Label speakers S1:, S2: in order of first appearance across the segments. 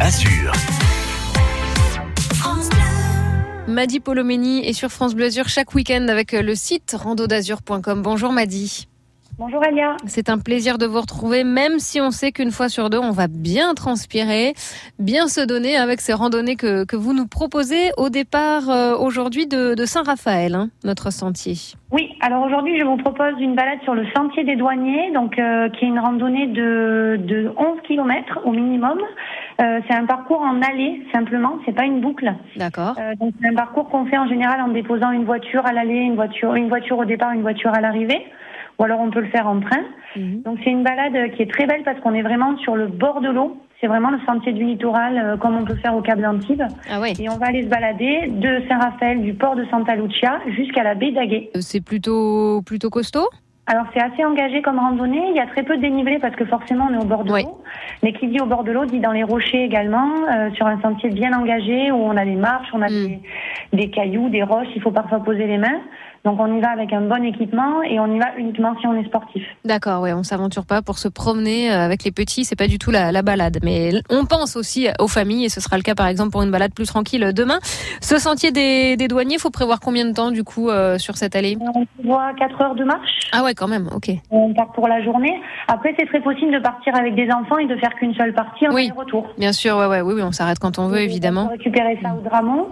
S1: Azur.
S2: Madi Polomeni est sur France Bleu Azur chaque week-end avec euh, le site randodazur.com. Bonjour Madi.
S3: Bonjour Elia.
S2: C'est un plaisir de vous retrouver, même si on sait qu'une fois sur deux, on va bien transpirer, bien se donner avec ces randonnées que, que vous nous proposez au départ euh, aujourd'hui de, de Saint-Raphaël, hein, notre sentier.
S3: Oui, alors aujourd'hui je vous propose une balade sur le sentier des douaniers, donc euh, qui est une randonnée de, de 11 km au minimum. Euh, c'est un parcours en allée simplement, c'est pas une boucle.
S2: D'accord.
S3: Euh, donc c'est un parcours qu'on fait en général en déposant une voiture à l'allée, une voiture, une voiture au départ, une voiture à l'arrivée, ou alors on peut le faire en train.
S2: Mhm.
S3: Donc c'est une balade qui est très belle parce qu'on est vraiment sur le bord de l'eau. C'est vraiment le sentier du littoral euh, comme on peut faire au Cap d'Antibes.
S2: Ah ouais.
S3: Et on va aller se balader de Saint-Raphaël, du port de Santa Lucia jusqu'à la baie d'Aguet.
S2: Euh, C'est plutôt, plutôt costaud
S3: Alors c'est assez engagé comme randonnée, il y a très peu de dénivelé parce que forcément on est au bord de
S2: Oui.
S3: l'eau. Mais qui dit au bord de l'eau dit dans les rochers également, euh, sur un sentier bien engagé où on a des marches, on a
S2: Mm.
S3: des, des cailloux, des roches, il faut parfois poser les mains. Donc on y va avec un bon équipement et on y va uniquement si on est sportif.
S2: D'accord, ouais, on s'aventure pas pour se promener euh, avec les petits, c'est pas du tout la, la balade. Mais l- on pense aussi aux familles, et ce sera le cas par exemple pour une balade plus tranquille euh, demain. Ce sentier des, des douaniers, faut prévoir combien de temps du coup euh, sur cette allée
S3: On voit 4 heures de marche,
S2: Ah ouais, quand même, ok.
S3: on part pour la journée. Après c'est très possible de partir avec des enfants et de faire qu'une seule partie en
S2: Oui.
S3: retour.
S2: Bien sûr, ouais, ouais, oui, oui, on s'arrête quand on veut, évidemment.
S3: On peut récupérer ça au Dramont.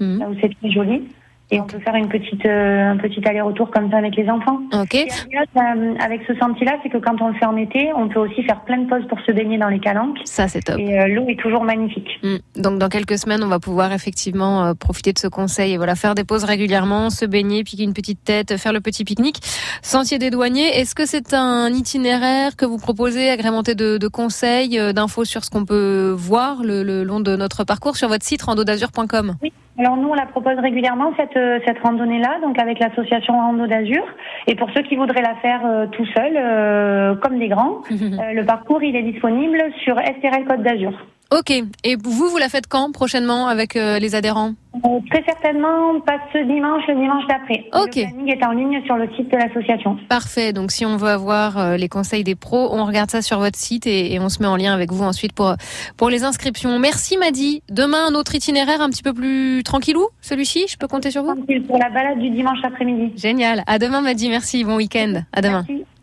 S2: Mhm.
S3: là où c'est très joli. Et on peut faire une petite, euh, un petit aller-retour comme ça avec les enfants.
S2: Ok.
S3: Ce qui est agréable, euh, avec ce sentier-là, c'est que quand on le fait en été, on peut aussi faire plein de pauses pour se baigner dans les calanques.
S2: Ça, c'est top.
S3: Et euh, l'eau est toujours magnifique.
S2: Mm. Donc dans quelques semaines, on va pouvoir effectivement euh, profiter de ce conseil et voilà faire des pauses régulièrement, se baigner, piquer une petite tête, faire le petit pique-nique. Sentier des douaniers, est-ce que c'est un itinéraire que vous proposez agrémenté de, de conseils, euh, d'infos sur ce qu'on peut voir le, le long de notre parcours sur votre site randodazur.com
S3: Alors nous, on la propose régulièrement, cette, euh, cette randonnée-là, donc avec l'association Rando d'Azur. Et pour ceux qui voudraient la faire euh, tout seul, euh, comme des grands, euh, le parcours, il est disponible sur STRL Côte d'Azur.
S2: Ok. Et vous, vous la faites quand prochainement avec euh, les adhérents
S3: Euh, très certainement, pas ce dimanche, le dimanche d'après.
S2: Ok.
S3: Le planning est en ligne sur le site de l'association.
S2: Parfait. Donc, si on veut avoir euh, les conseils des pros, on regarde ça sur votre site et, et on se met en lien avec vous ensuite pour, pour les inscriptions. Merci, Madi. Demain, un autre itinéraire un petit peu plus tranquillou, celui-ci. Je peux compter sur vous?
S3: Tranquille pour la balade du dimanche après-midi.
S2: Génial. À demain, Madi. Merci. Bon week-end. À demain.
S3: Merci.